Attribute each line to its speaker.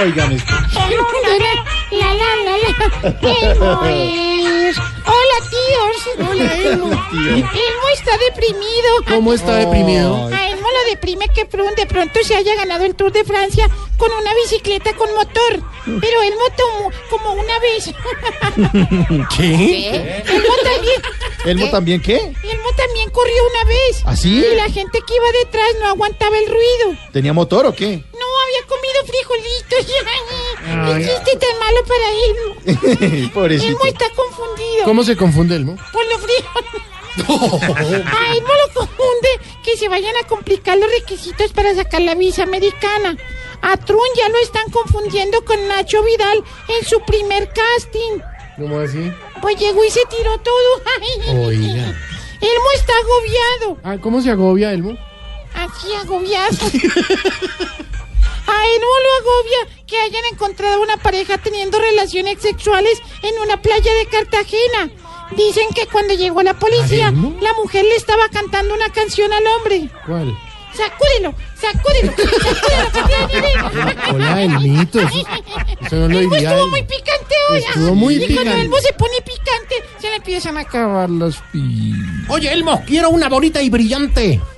Speaker 1: Oigan esto.
Speaker 2: La la la la. Elmo es. Hola tíos.
Speaker 1: Hola, Elmo, tío.
Speaker 2: Elmo está deprimido.
Speaker 1: ¿Cómo está deprimido?
Speaker 2: A Elmo lo deprime que pr- de pronto se haya ganado el Tour de Francia con una bicicleta con motor. Pero Elmo tomó como una vez.
Speaker 1: ¿Qué?
Speaker 2: Elmo también.
Speaker 1: ¿Elmo también qué?
Speaker 2: Elmo también corrió una vez.
Speaker 1: ¿Ah, sí?
Speaker 2: Y la gente que iba detrás no aguantaba el ruido.
Speaker 1: ¿Tenía motor o qué?
Speaker 2: No había comido frijolitos. Ay, ¿Qué chiste tan malo para Elmo?
Speaker 1: Pobrecito.
Speaker 2: Elmo está confundido
Speaker 1: ¿Cómo se confunde Elmo?
Speaker 2: por los frijoles. A Elmo lo confunde que se vayan a complicar los requisitos para sacar la visa americana. A Trun ya lo están confundiendo con Nacho Vidal en su primer casting.
Speaker 1: ¿Cómo así?
Speaker 2: Pues llegó y se tiró todo. Ay.
Speaker 1: Oiga.
Speaker 2: Elmo está agobiado.
Speaker 1: Ah, ¿Cómo se agobia Elmo?
Speaker 2: Así agobiado. A Elmo lo agobia que hayan encontrado una pareja teniendo relaciones sexuales en una playa de Cartagena. Dicen que cuando llegó la
Speaker 1: ¿A
Speaker 2: policía,
Speaker 1: Elmo?
Speaker 2: la mujer le estaba cantando una canción al hombre.
Speaker 1: ¿Cuál?
Speaker 2: ¡Sacúdelo! ¡Sacúdelo! ¡Sacúdelo!
Speaker 1: Hola, Elmito. Eso, eso no lo
Speaker 2: Elmo
Speaker 1: diría
Speaker 2: estuvo
Speaker 1: él.
Speaker 2: muy picante hoy.
Speaker 1: Estuvo muy
Speaker 2: y cuando
Speaker 1: picante.
Speaker 2: Elmo se pone picante, se le empiezan a...
Speaker 1: acabar las Oye, Elmo, quiero una bonita y brillante